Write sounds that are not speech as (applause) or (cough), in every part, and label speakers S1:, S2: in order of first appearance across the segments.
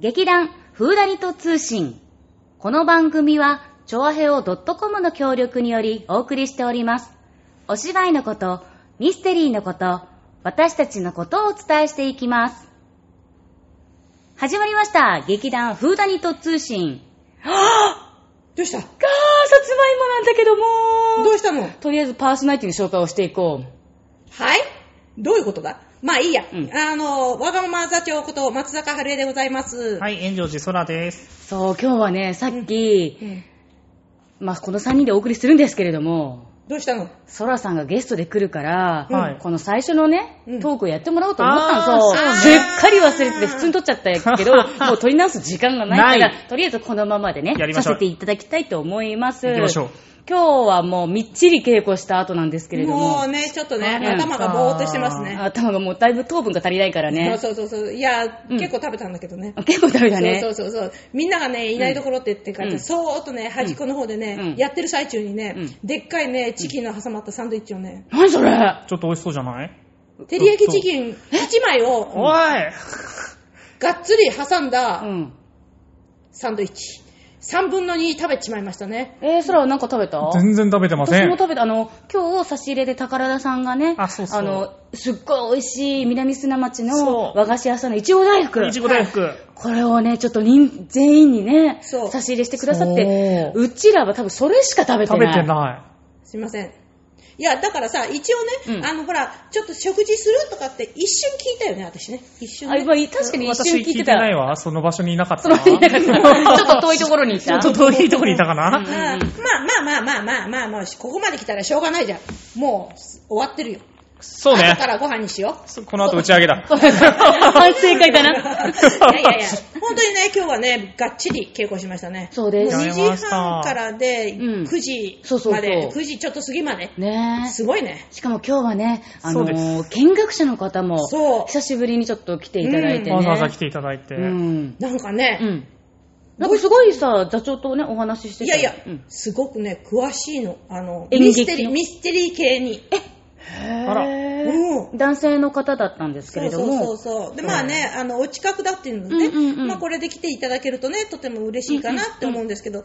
S1: 劇団フーダニット通信。この番組は、チョアヘオ .com の協力によりお送りしております。お芝居のこと、ミステリーのこと、私たちのことをお伝えしていきます。始まりました。劇団フーダニット通信。
S2: (gasps) どうした
S1: かー、さつまいもなんだけども
S2: どうしたの
S1: とりあえずパーソナリティの紹介をしていこう。
S2: はいどういうことだまあいいや。
S1: うん
S2: あの、わがまま座長こと松坂春江でございます。。
S3: はいい、炎上寺空です。
S1: そう、今日はね、さっき、
S2: うん
S1: まあ、この3人でお送りするんですけれども、
S2: どうしたの
S1: ソラさんがゲストで来るから、
S3: はい
S1: この最初のね、
S2: うん
S1: トークをやってもらおうと思ったの、
S3: あー
S1: そう。
S3: そうなん
S2: だ
S1: すっかり忘れてて、普通に撮っちゃった
S3: (laughs)
S1: けど、もう撮り直す時間がないか
S3: な
S1: ら、とりあえずこのままでね
S3: やり、ま
S1: さ
S3: しょう
S1: せていただきたいと思います。
S3: 行きましょう。
S1: 今日はもうみっちり稽古した後なんですけれども、
S2: もうね、ちょっとね、
S1: うん
S2: 頭がぼーっとしてますね。
S1: 頭がもうだいぶ糖分が足りないからね。
S2: そうそうそうそう。いや、
S1: うん
S2: 結構食べたんだけどね。
S1: 結構食べたね。
S2: そうそうそうそう。みんながね、いないところってってか
S1: うん
S2: そーっとね、端っこの方でね、
S1: うん
S2: やってる最中にね、
S1: う
S2: でっかいね、チキンの挟まったサンドイッチをね、
S1: 何それ
S3: ちょっと美味しそうじゃない
S2: 照り焼きチキン1枚を
S3: おい
S2: がっつり挟ん
S1: う
S2: だ
S1: ん。
S2: サンドイッチ。3分の2食べちまいましたね。
S1: えー、そらなんか食べた
S3: 全然食べてませ
S1: 私
S3: ん
S1: も。食べた、あの、今日差し入れで宝田さんがね、
S3: あそうそう
S1: の、すっごい美味しい南砂町の
S3: そう
S1: 和菓子屋さんのいちご大福。
S3: いちご大福。
S1: これをね、ちょっと人全員にね、
S2: そう
S1: 差し入れしてくださって、うちらは多分それしか食べて
S3: 食
S1: な
S3: べ
S1: い。
S3: てない。
S2: すいません。いや、だからさ、一応ね、
S1: うん
S2: あの、ほら、ちょっと食事するとかって一瞬聞いたよね、私ね。一瞬
S1: あ、
S2: ね。
S1: まあ確かに一瞬聞い
S3: 私聞
S1: て
S3: いて
S1: た。
S3: ないわ。その場所にいなかった
S1: その
S3: な。
S1: 場にいなか
S3: (laughs)
S1: った。ちょっと遠いところにい
S3: ち
S1: た。
S3: ょっと遠いとこにいたか
S1: うん
S3: な。
S2: まあまあまあまあまあまあ、まあ、ここまで来たらしょうがないじゃん。もう、終わってるよ。
S3: そうね
S2: 後か。らご飯にしよう。
S3: そこの後打ち上げだ。
S1: 反省会だ
S3: (laughs)
S1: な。
S2: いやいやいや、本当にね、今日はね、がっちり稽古しましたね。
S1: そうです
S2: もう2
S3: やりま
S2: 時
S3: した
S2: 半からで、
S1: うん
S2: 9時
S1: そうそうそう
S2: まで、9時ちょっと過ぎまで。
S1: ねえ。
S2: すごいね。
S1: しかも今日はね、あの
S3: そ
S1: ー見学者の方も、
S2: そう
S1: 久しぶりにちょっと来ていただいてね。
S3: わざわざ来ていただいて。
S1: うん。
S2: なんかね、
S1: うん。なんかすごいさ、座長とね、お話しして
S2: い
S1: た
S2: や
S1: よ
S2: いや、
S1: うん
S2: すごくね、詳しいの。あの、
S1: 演劇の
S2: ミステリー、ミステリー系に。
S3: あら。
S2: うん。
S1: 男性の方だったんですけ
S2: そう
S1: れど
S2: そうそう
S1: も、
S2: そう。で、まあね、あの、お近くだっていうのでね、
S1: うんうんうん
S2: まあこれで来ていただけるとね、とても嬉しいかなって思うんですけど、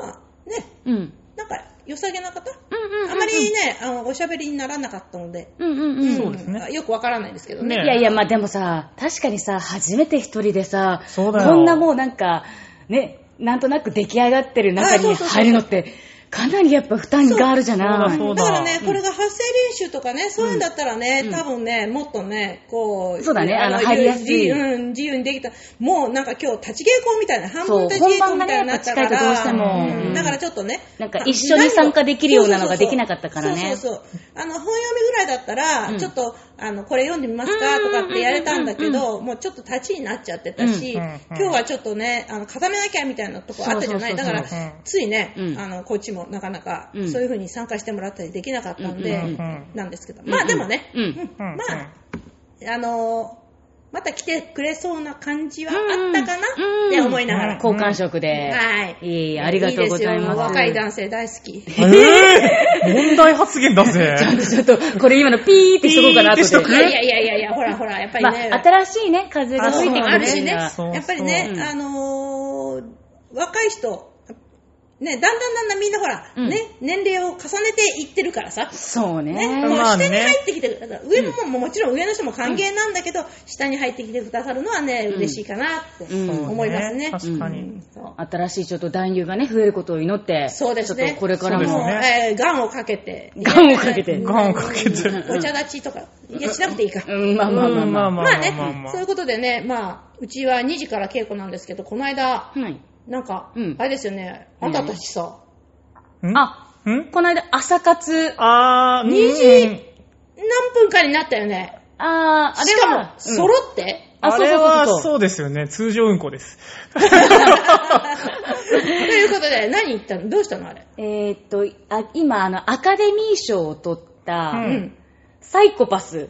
S2: まあね、
S1: うん。うん
S2: なんか、良さげな方、
S1: うんうん。
S2: あまりね、あの、おしゃべりにならなかったので、
S1: うんうんうん。
S3: そうですね
S2: んよくわからないですけどね。
S3: ね
S1: いやいや、まあでもさ、確かにさ、初めて一人でさ、
S3: そうだよ
S1: こんなもうなんか、ね、なんとなく出来上がってる中に
S2: あそうそうそうそう
S1: 入るのって、かなりやっぱ負担があるじゃな
S3: そう
S1: い。
S3: そう
S2: だからね
S3: う、ん
S2: これが発声練習とかね、そういうんだったらね、多分ね、もっとね、こう、
S1: そうだねあの
S2: 自由
S1: 入りやすい
S2: 自由うん、自由にできた。もうなんか今日立ち稽古みたいな、半分立ち稽古みたいになったから。
S1: そう本番がねやっぱ近いとどうしても
S2: ん
S1: うん
S2: だからちょっとね。
S1: なんか一緒に参加できるようなのができなかったからね
S2: そうそうそう。あの、本読みぐらいだったら、
S1: うん
S2: ちょっと、あの、これ読んでみますかとかってやれたんだけど、もうちょっと立ちになっちゃってたし、
S3: うんうんうん
S2: 今日はちょっとね、あの、固めなきゃみたいなとこあったじゃな
S1: そ
S2: い。
S1: う
S2: だ
S1: そう
S2: か
S1: そうそう
S2: ら、ついね、
S1: うん
S2: あの、こっちもなかなか、
S1: うん
S2: そういうふうに参加してもらったりできなかったんで、
S1: うんうん
S3: うん
S2: なんですけど、まあでもね、
S1: うん
S3: うんうん
S2: まあ、あのーまた来てくれそうな感じはあったかな
S1: うん
S2: って思いながら。
S1: 好感触で。
S2: はい。
S1: いい、ありがとうござい
S2: いいで
S1: ますす。
S2: よ若い男性大好き。
S3: えぇ問題発言だ
S1: (laughs)
S3: ぜ。
S1: ちょっと、これ今のピーってしとこうかな
S3: ピーってしと
S1: と
S3: く
S2: い
S1: で。
S2: やいやいやいやいや、ほらほら、やっぱり
S1: ま
S2: ね。
S1: あ、新しいね、風が吹いてく
S2: あ
S1: る
S2: るしね。
S1: が
S2: や
S3: そう
S2: っぱりね、
S1: うん
S2: あのー若い人、ね、だんだんだんだんみんなほら、
S1: うん
S2: ね、年齢を重ねていってるからさ。
S1: そう
S2: ね、
S1: ね。
S2: もう
S3: まあ
S2: 下
S3: ね
S2: に入ってきてくださる、上もももちろん上の人も歓迎なんだけど、下に入ってきてくださるのはね、
S1: うん
S2: 嬉しいかなって
S1: うん
S2: 思いますね。
S3: そう確か
S2: う
S3: に
S2: ん。そう
S1: 新しいちょっと男優がね、増えることを祈って、
S2: そうですね。
S1: ちょっとこれから
S3: そう
S1: も、
S3: ですね
S2: えー、ガンをかけて。
S1: ガンをかけて
S3: ガンをかけて
S2: うんお茶立ちとか。いや、しなくていいか。
S1: (laughs) うん、まあまあまあまあ。
S3: ま
S2: ま
S3: あ
S2: あね、
S3: まあまあ
S2: そういうことでね、まあ、うちは2時から稽古なんですけど、この間、
S1: はい。
S2: なんか、
S1: うん
S2: あれですよね、あんたたちさ、
S3: ん
S1: あ、
S3: ん
S1: この間、朝活、
S3: あー、
S2: 二時
S3: うん
S2: 何分かになったよね。
S1: あー、あ
S2: し
S1: れ
S2: か
S1: は
S2: も、、揃って、
S1: あ
S3: あれ
S1: そうそう
S3: は
S1: そうそう
S3: そうですよね。通常運行です。
S2: ということで、何言ったのどうしたのあれ。
S1: うんえーっと、あ今、あの、アカデミー賞を取った、
S3: う
S2: うんん。
S1: サイコパス。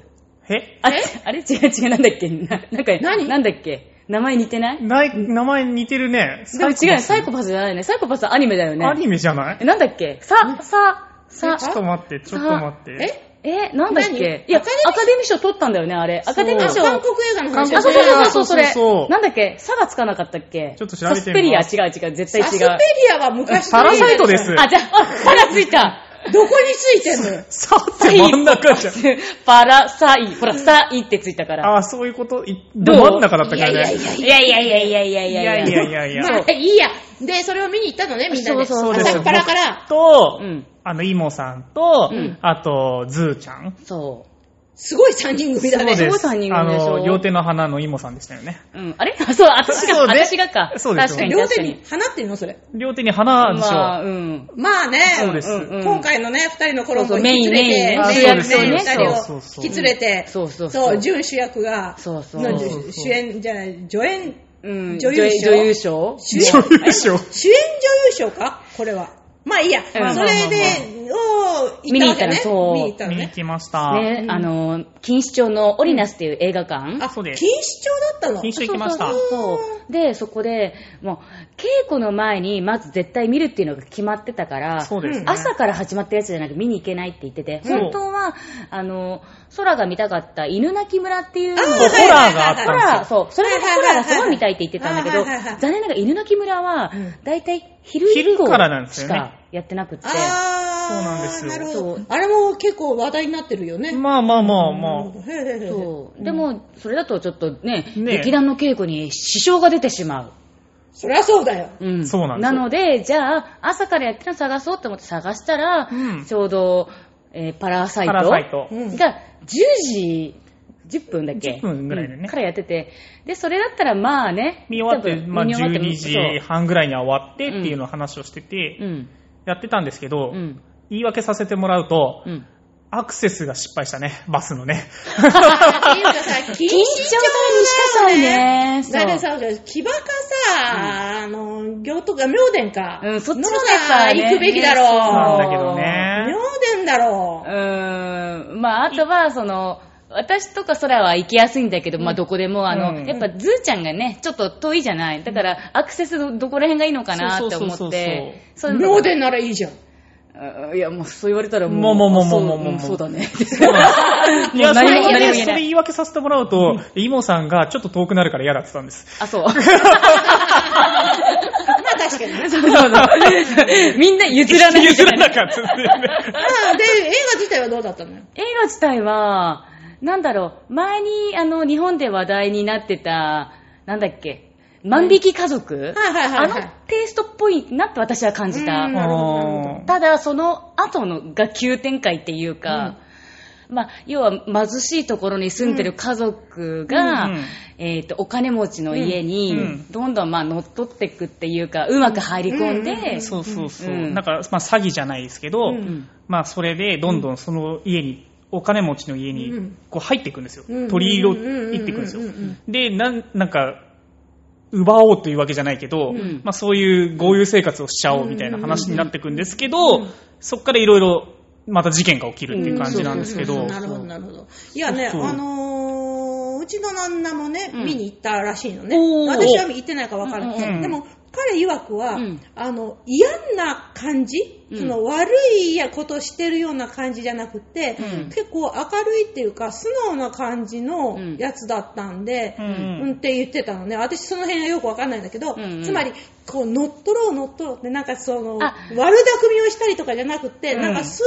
S3: え
S1: あれ (laughs) あれ違う違う、なんだっけ (laughs) ななんか、
S2: 何
S1: なんだっけ名前似てない
S3: ない、名前似てるね。
S1: でも違う、サ
S3: 最
S1: イコパスじゃないね。サイコパスはアニメだよね。
S3: アニメじゃない
S1: えなんだっけさ、さ、さ、
S3: ちょっと待って、ちょっと待って。
S2: え
S1: え、なんだっけ
S2: 何
S1: いや、ア
S2: ア
S1: カ
S2: カ
S1: デ
S2: デミー
S1: ミー賞取ったんだよね、あれ。アカデミー賞。
S2: 韓国映画の
S1: あ、
S2: 話
S1: そうそう
S3: 韓国映
S1: そう
S3: 画
S1: そう、それ
S3: そうそうそう
S1: なんだっけ差がつかなかったっけ
S3: ちょっと調べてみます
S1: サスペリア、違う違う、絶対
S2: サス
S1: 違
S2: ペ
S1: う。
S2: リアは昔の
S3: パラサイトです
S1: あ、じゃあ、差がついた。
S2: どこについてんのよ。
S3: さって真ん中じゃん。
S1: パラサイ、ほら、サイってついたから。
S3: ああ、そういうこと、い
S1: ど
S3: ど
S1: う
S3: 真ん中だった
S2: い
S3: か
S2: やい
S3: ら
S2: やい
S3: ね。
S2: やい
S1: い
S2: や。
S1: やいやいやいやいやい
S3: い
S1: や
S3: やいやいやいや。
S2: まあ、いいや。で、それを見に行ったのね、みんなで。
S1: そうそうそう
S2: 朝っぱらから。
S3: と、
S1: うん
S3: あの、イモさんと、
S1: うん
S3: あと、ズーちゃん。
S1: そ
S2: すごい3人組だね。
S1: そうです三人
S3: あ
S1: 組でしょ
S3: の、両手の花のイモさんでしたよね。
S1: う。うん。あれ (laughs) あそう、私が、
S3: そうで
S1: 私がか。
S3: そうです
S1: 確
S3: よ
S1: かに
S2: 両
S1: 確か
S2: 手
S1: に
S2: に。放ってるのそれ。
S3: 両手に花でしょ。
S1: まあ、うん。
S2: まあね。
S3: そうです
S1: うんうん
S2: 今回のね、二人のコロンボ
S1: そうそうメイ
S2: 引
S1: ン
S2: き連れて、
S3: メインね
S2: 主役
S3: そう
S2: ね
S3: で
S2: 二
S3: す、そうそうそ
S2: 人
S3: う
S2: を引き連れて、
S1: そうそうそう
S2: そう、準主役が、
S1: そうそう
S2: の
S3: そうそう
S2: 主演じゃない、助演、
S1: うん。
S2: 女優賞
S1: 女優賞
S2: 主演
S3: 女優賞
S2: あれ主演女優賞かこれは。まあいいや。
S1: うん
S2: それで、を、行ったわけね。
S1: 見
S2: 見
S1: に
S2: に
S1: 行
S2: 行
S1: っ
S2: ったの
S3: 見に
S2: ね
S3: 行。きました。
S1: ね、あの、錦糸町のオリナスっていう映画館。
S2: あ、
S3: そう
S2: 錦
S3: で
S2: 糸
S3: す
S2: 町だったの。
S3: 錦糸行きました
S1: そうそうそうで、そこで、もう、稽古の前に、まず絶対見るっていうのが決まってたから、
S3: そうですね。
S1: 朝から始まったやつじゃなく見に行けないって言ってて、
S3: そう
S1: 本当は、あの、空が見たかった犬鳴村っていうの
S2: あ
S1: を
S2: ー
S3: そうホラーがあっ
S1: ホ
S3: たんです
S1: ラー、
S3: よ。
S1: そう、それだけホラーがすごい見たいって言ってたんだけど、
S2: はいはいはいはい
S1: 残念ながら犬鳴村は
S2: うん、
S1: だいたい昼以
S3: 昼
S1: 降
S3: からなんです
S1: し
S3: よね
S1: かやってなくって、
S2: あー、
S3: そうなんですよ
S2: なるほ
S1: そう
S2: ど。あれも結構話題になってるよね。
S3: まあまあまあまあ。
S2: へへへへ
S1: そう。でも、それだとちょっとね、
S3: ね
S1: 劇団の稽古に支障が出てしまう。
S2: そりゃそうだよ。
S1: うん、
S3: そうなんですよ
S1: ので、じゃあ、朝からやってるの探そうと思って探したら、
S3: うん
S1: ちょうど、えーパラサイト
S3: パラサイト。
S2: (laughs) うん
S1: が10時10分だっけ
S3: 10分ぐらいだよね
S1: うんからやってて、で、それだったらまあね、
S3: 見終わって、
S1: 多分
S3: まあ
S1: 見終わっても
S3: 12時半ぐらいには終わってっていうのを話をして
S1: そうう
S3: て、
S1: ん。
S3: やってたんですけど
S1: う、ん。
S3: 言い訳させてもらうと、
S1: うん。
S3: アクセスが失敗したね、バスのね。
S2: っていうかさ、緊
S1: 緊
S2: 張
S1: 張だね、西
S2: だ
S1: 田さ
S2: っ
S1: んね。そ
S2: て
S1: う。
S2: さ、木場かさ、あの、行徳が妙殿か。
S1: うん、そっちの
S2: の
S1: さ、
S2: さ、
S1: ね
S2: 行くべきだ
S3: な
S2: ろ
S3: ん
S2: う。
S3: だけどね
S2: 妙殿だろ
S1: う
S2: う。
S1: ーん、まあ、あとは、その、私とか空は行きやすいんだけど、まあ、どこでも、あの、
S3: うん
S1: やっぱ、ズーちゃんがね、ちょっと遠いじゃない。だから、アクセスどこら辺がいいのかなって思って。そういうの
S2: 妙殿ならいいじゃん。
S1: あいや、もう、そう言われたらもう、
S3: もうもうもう
S1: そう
S3: もうもうもう
S1: うんそうだね。
S3: い
S1: (laughs) もう
S3: や、そ
S1: 何
S3: れ
S1: も何も
S3: をね、
S1: 言え
S3: そ
S1: な
S3: れ
S1: い。
S3: 言い訳させてもらうと、イモさんがちょっと遠くなるから嫌だって言ったん
S1: (laughs)
S3: です。
S1: あ、そう。
S2: まあ確かにね。
S1: そうそうそう。みんな譲らない。
S3: 譲らなかったってね。
S2: まあ、で、映画自体はどうだったのよ。
S1: 映画自体は、なんだろう、前にあの日本で話題になってた、なんだっけ、万引き家族、
S2: はいはいはいはい
S1: あのテイストっぽいなって私は感じた。
S2: うんなるほどなるほ
S1: ただ、その後のが急展開っていうか、まあ、要は貧しいところに住んでる家族が、
S3: うんうん
S1: えっ、と、お金持ちの家
S3: うんう
S1: に
S3: ん、
S1: どんどんまあ乗っ取っていくっていうか、うまく入り込んで、
S2: うんうんうん
S3: そうそうそう。
S1: うん
S3: だから、まあ詐欺じゃないですけど、
S2: うん
S3: まあそれでどんどんその家に、お金持ちの家
S2: う
S3: に
S2: ん
S3: こう入っていくんですよ。
S2: うん
S3: 取り入れ入っていくんですよ
S2: うんうんうんうん。
S3: で、なん、なんか、奪おうというわけじゃないけど、
S1: ん
S3: まあそういう豪遊生活をしちゃおうみたいな話になっていくんですけど、そこからいろいろまた事件が起きるっていう感じなんですけ
S2: う
S3: ど
S2: ん、なるほど、なるほど。いやね、
S3: そう
S2: あのーうちの旦那もね、
S1: うん
S2: 見に行ったらしいのね
S1: お。ー
S2: 私は行ってないから分からない、
S3: うんうん
S2: でも、彼曰くは、
S1: うん
S2: あの、嫌な感じ、
S1: うん
S2: その悪いやことしてるような感じじゃなくて、
S1: うん
S2: 結構明るいっていうか、素直な感じの
S1: うん
S2: やつだったんで、
S3: う
S2: うんんって言ってたのね。私その辺はよくわかんないんだけど、
S1: うんうん
S2: つまり、こう、乗っ取ろう乗っ取ろうって、なんかその、悪
S1: あ
S2: 巧みをしたりとかじゃなくて、
S3: うん
S2: なんかス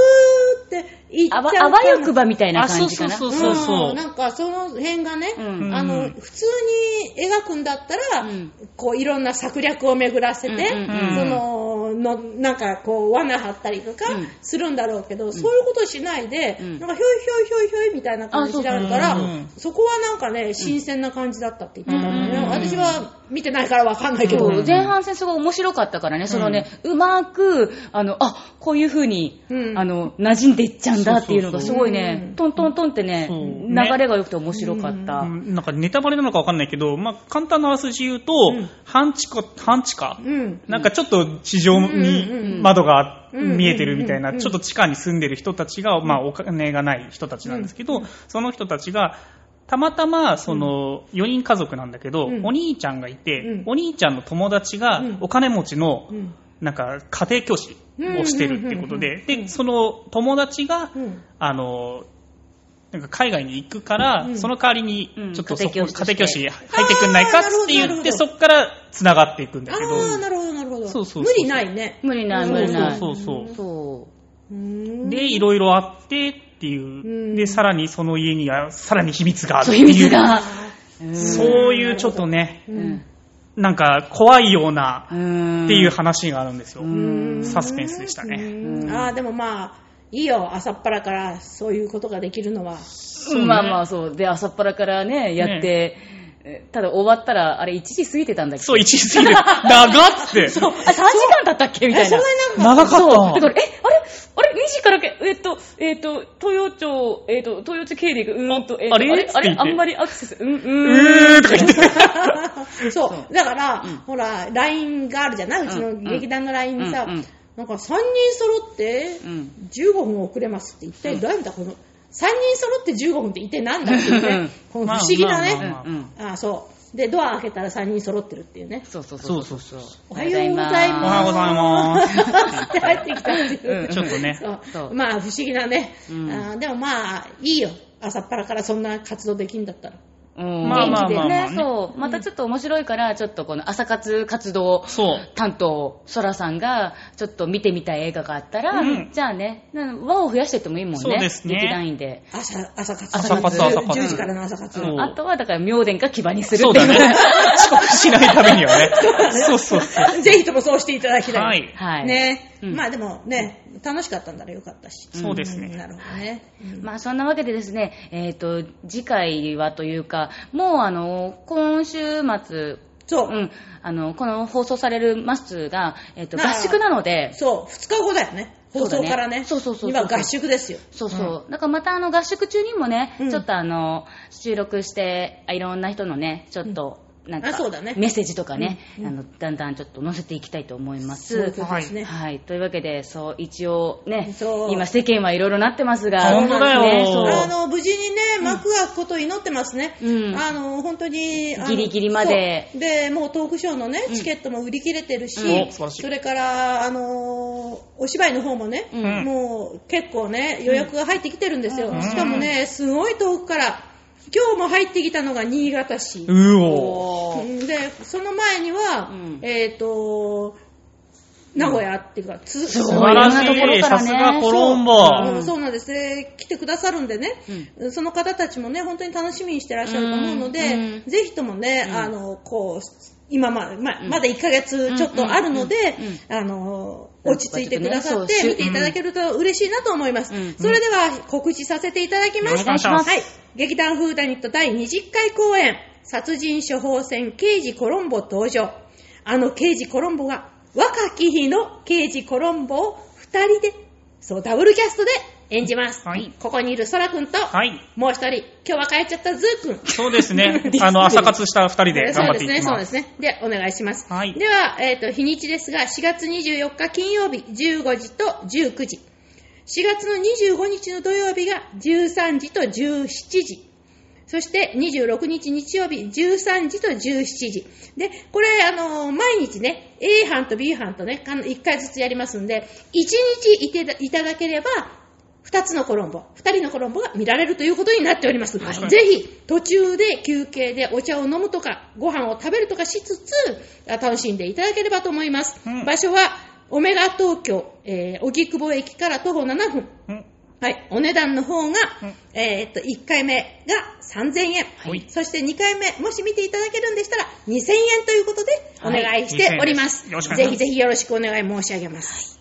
S2: ーって行っち
S1: あ
S2: ゃ
S1: わ
S2: う感じ。
S1: あわよくばみたいな感じかな。
S3: あそうそうそうそうそ
S2: ん
S3: う
S2: なんかその辺がね、
S1: うん
S2: あ
S3: う
S2: の、
S3: ん
S2: 普通に描くんだったら、
S1: うん
S2: こう、いろんな策略を巡らせて、
S1: うんうん
S3: うん
S2: その、の、なんかこう、罠張ったりとか
S1: うん
S2: するんだろうけど、そういうことしないで、
S1: うん
S2: なんかひょいひょいひょいひょいみたいな感じになるから、
S3: あそう
S2: そ
S3: そううん
S2: こはなんかね、新鮮な感じだったって言ってたんだよね。
S3: うん
S2: 私は見てないからわかんないけど。
S1: そう前半戦すごい面白かったからね、そのね、うまく、あの、あ、こういう風に、
S2: うん
S1: あの、馴染んでいっちゃうんだっていうのがすごいね、
S2: うん
S1: トントントンってね、
S3: そうね
S1: 流れが良くて面白かった。
S3: うんなんかネタバレなのかわかんないけど、まあ、簡単なあらすじ言うと、
S2: うん
S3: 半地下、半地下、
S2: うん。
S3: なんかちょっと地上
S2: うんうんう
S3: に
S2: ん
S3: 窓が
S2: うん
S3: 見えてるみたい
S2: うんうんう
S3: な、
S2: ん
S3: ちょっと地下に住んでる人たちが、まあお金がない人たちなんですけど、その人たちが、たまたま、その、4人家族なんだけど、
S2: うん
S3: お兄ちゃんがいて、
S2: うん
S3: お兄ちゃんの友達が
S2: うん
S3: お金持ちの
S2: うん
S3: なんか家庭教師をしてるってことで、で、その友達が、
S2: うん
S3: あの、なんか海外に行くから、
S2: うん
S3: その代わりに
S1: うん、
S3: ちょっとそ
S1: 家庭教
S3: こ、
S1: 師と
S3: 家
S1: して
S3: 庭教師入ってくんないかっ
S2: あーなるほど
S3: て言っ
S2: なる
S3: て、
S2: ほど
S3: そこから繋がっていくんだ
S2: あ
S3: けど、
S2: あ、なるほど、なるほど。
S3: そうそうそう
S2: 無理ないね。
S1: 無理ない
S2: うん
S1: 無理ない
S3: そうそうそ
S1: そう
S2: ー
S3: うんで、いろいろあってって
S2: う
S3: いう、
S2: ん
S3: で、さらにその家には、さらに秘密があるっ
S1: そう
S3: て
S1: 秘
S3: い
S1: 密
S3: う、
S1: がうん
S3: そういうちょっとね、
S2: う
S1: うんん
S3: なんか怖いような
S1: うん
S3: っていう話があるんですよ。
S1: うん
S2: うん
S3: サスペンスでしたね
S2: うん
S1: うん
S2: ああ、でもまあ、いいよ、朝っぱらからそういうことができるのは。
S3: うね
S1: まあまあそうで朝っぱらからねやって、えただ終わったらあれ1時過ぎてたんだっけ
S3: そう、一時すぎる。長って。
S1: あ3時間経ったっけみたいな
S2: えそんなに長かった
S3: 長か
S1: そうだ
S3: った
S1: か。らえあれあれ2時からけえっとえっと東洋町えっと東洋町経理がうーんとえっと
S3: あれ
S1: あれあ
S3: つって言
S1: れ
S3: って
S1: あんまりアクセスうんう
S3: う
S1: ーん
S3: ーんとか言っ
S2: (laughs)
S3: て。
S2: そう。だから、ほら、LINE があるじゃないうちの劇団の LINE にさ、
S1: うんうん
S2: なんか3人揃って
S1: うん
S2: 15分遅れますって一体どうやったこの、3人揃って15分って一体なんだっていう
S1: うん
S2: ね、この不思議なね。
S3: まあまあまあまあ
S1: うんうん
S2: ああ、そう。で、ドア開けたら3人揃ってるっていうね。
S1: そうそう
S3: そうそうそう
S2: おはようござい
S3: お
S2: ます。
S3: はようございます。
S2: って (laughs) 入ってきたっていう。
S3: ちょっとね
S2: そう
S1: そう
S2: まあ、不思議なね。
S1: うん
S2: あーでもまあ、いいよ。朝っぱらからそんな活動できんだったら。
S1: うん
S3: まあまあまあまあね
S1: 元気でね、そう。またちょっと面白いから、ちょっとこの朝活活動
S3: そう。
S1: 担当、そらさんが、ちょっと見てみたい映画があったら、
S3: うん
S1: じゃあね、な輪を増やしてってもいいもんね。
S3: そうですね
S1: 劇団員で。
S2: 朝、朝活。
S1: 朝活
S2: 10
S1: 朝
S3: 活
S2: 10時からの朝活。
S3: そう
S1: あとは、だから、妙殿か牙にする
S3: そう
S1: ってい
S3: だ
S1: う。
S3: ね。遅刻しないためにはね。そうそうそう。
S2: (laughs) ぜひともそうしていただきたい。
S3: はい
S1: (laughs) はい
S2: ね、
S1: うん
S2: まあでもね、楽しかったんだらよかったし。
S3: そうですね
S2: んなるほどね。うん
S1: まあそんなわけでですね、えっ、と、次回はというか、もうあの、今週末、
S2: そう
S1: う、ん、あの、この放送されるマスが、えっ、と、
S2: なあ
S1: 合宿なので、
S2: そう、2日後だよね。放送からね。
S1: そうそうそうそう
S2: 今合宿ですよ。
S1: そうそう。だからまたあの合宿中にもね、
S2: うん
S1: ちょっとあの、収録して、あいろんな人のね、ちょっと、なんか
S2: あそうだね
S1: メッセージとかね、
S2: うんうん
S1: あの、だんだんちょっと載せていきたいと思いま
S2: そういう
S1: す。
S2: ことですね。
S1: はい。というわけで、そう、一応ね
S2: そ、う
S1: 今世間はいろいろなってますが、
S3: 本当だよ
S1: ね
S3: そう
S2: あの、無事にね、幕開くことを祈ってますね。
S1: うん
S2: あの、本当に。あの
S1: ギリギリまで
S2: そうで、もうトークショーのね、チケットも売り切れてるし、
S3: うんお素晴らしい
S2: それから、あの、お芝居の方もね、
S1: うん
S2: もう結構ね、予約が入ってきてるんですよ。
S3: うん
S2: しかもね、すごい遠くから、今日も入ってきたのが新潟市。
S3: うお
S1: そう
S2: で、その前には、
S1: うん
S2: えっ、と、名古屋っていうか、つ
S1: すご
S3: 素
S1: い
S3: 晴らし
S1: いろんなところ
S3: い。
S1: から
S3: さ
S1: ね
S3: すがコロンボ。
S1: うん
S2: うんそうなんですね。来てくださるんでね、その方たちもね、本当に楽しみにしてらっしゃると思うので、
S1: うん
S2: ぜひともね、
S1: うん
S2: あの、こう、今まで、ま
S1: うん
S2: まだ1ヶ月ちょっとあるので
S1: うんうんうん、
S2: あの、落ち着いてくださっ
S1: そう
S2: て、見て
S1: うん
S2: いただけると嬉しいなと思います。
S1: うん
S2: それでは告知させていただきます。
S3: お願いします
S2: はい。劇団フーダニット第20回公演、殺人処方箋刑事コロンボ登場。あの刑事コロンボが、若き日の刑事コロンボを二人で、そう、ダブルキャストで演じます。
S3: はい
S2: ここにいるソラくんと、
S3: はい。
S2: もう一人、今日は帰っちゃったズーくん。
S3: そうですね。あの、朝活した二人で頑
S2: そう
S3: 張っ
S2: で
S3: て
S2: す
S3: い
S2: ね、
S3: き
S2: そう
S3: ま。
S2: ですすね。で、お願いします。
S3: はい
S2: では、えっ、と、日にちですが、4月24日金曜日15時と19時。4月の25日の土曜日が13時と17時。そして26日日曜日13時と17時。で、これ、あのー毎日ね、A 班と B 班とね、かん一回ずつやりますんで、1日いてだいただければ、2つのコロンボ、2人のコロンボが見られるということになっております。ぜ
S3: はい
S2: ひ、途中で休憩でお茶を飲むとか、ご飯を食べるとかしつつ、あ楽しんでいただければと思います。
S3: うん
S2: 場所は、オメガ東京、えー、荻窪駅から徒歩7分。
S3: うん
S2: はい、お値段の方が、
S3: うん
S2: えーっと、1回目が3000円、
S3: はい
S2: そして2回目、もし見ていただけるんでしたら、2000円ということで、お願いしております。
S3: はい2000ですよろしくお願いします
S2: ぜひぜひよろしくお願い申し上げます。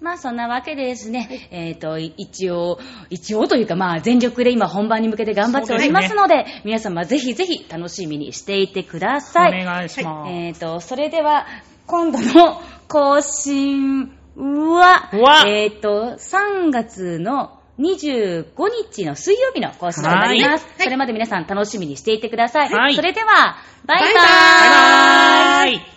S1: まあそんなわけでですね、えっ、と、一応、一応というかまあ全力で今本番に向けて頑張っておりますので、皆様ぜひぜひ楽しみにしていてくだ
S3: お
S1: さい。
S3: 願いします。
S1: えっ、と、それでは、今度の更新は、
S3: うわ
S1: えっ、と、3月の25日の水曜日の更新となります。
S2: はい
S1: それまで皆さん楽しみにしていてください。
S3: はい
S1: それでは、バイバー
S2: バイ
S1: イ
S2: バーイ
S3: バイバーイ